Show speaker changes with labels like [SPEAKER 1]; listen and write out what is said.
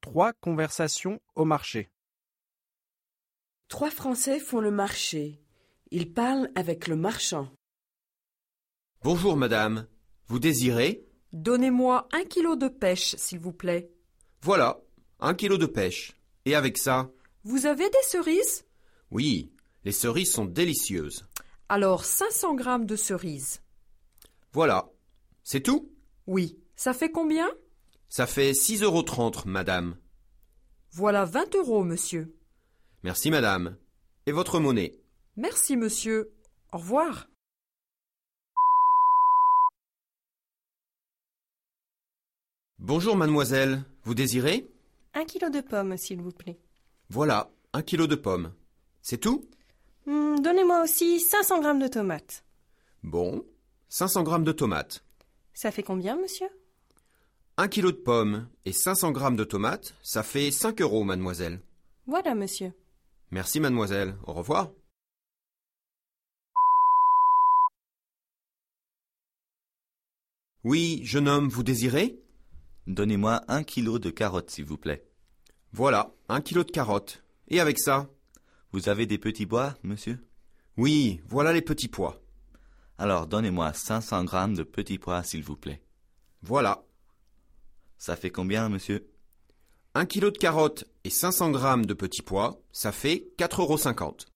[SPEAKER 1] Trois conversations au marché.
[SPEAKER 2] Trois Français font le marché. Ils parlent avec le marchand.
[SPEAKER 3] Bonjour madame, vous désirez
[SPEAKER 4] Donnez-moi un kilo de pêche, s'il vous plaît.
[SPEAKER 3] Voilà, un kilo de pêche. Et avec ça
[SPEAKER 4] Vous avez des cerises
[SPEAKER 3] Oui, les cerises sont délicieuses.
[SPEAKER 4] Alors 500 grammes de cerises.
[SPEAKER 3] Voilà, c'est tout
[SPEAKER 4] Oui. Ça fait combien
[SPEAKER 3] Ça fait 6,30 euros, madame.
[SPEAKER 4] Voilà 20 euros, monsieur.
[SPEAKER 3] Merci madame. Et votre monnaie
[SPEAKER 4] Merci, monsieur. Au revoir.
[SPEAKER 3] Bonjour mademoiselle, vous désirez
[SPEAKER 5] Un kilo de pommes, s'il vous plaît.
[SPEAKER 3] Voilà, un kilo de pommes. C'est tout
[SPEAKER 5] Hmm, Donnez-moi aussi 500 grammes de tomates.
[SPEAKER 3] Bon, 500 grammes de tomates.
[SPEAKER 5] Ça fait combien, monsieur
[SPEAKER 3] 1 kilo de pommes et 500 grammes de tomates, ça fait 5 euros, mademoiselle.
[SPEAKER 5] Voilà, monsieur.
[SPEAKER 3] Merci, mademoiselle. Au revoir. Oui, jeune homme, vous désirez
[SPEAKER 6] Donnez-moi un kilo de carottes, s'il vous plaît.
[SPEAKER 3] Voilà, un kilo de carottes. Et avec ça
[SPEAKER 6] Vous avez des petits bois, monsieur
[SPEAKER 3] Oui, voilà les petits pois.
[SPEAKER 6] Alors donnez-moi 500 grammes de petits pois, s'il vous plaît.
[SPEAKER 3] Voilà,
[SPEAKER 6] Ça fait combien, monsieur
[SPEAKER 3] 1 kilo de carottes et 500 grammes de petits pois, ça fait 4,50 euros.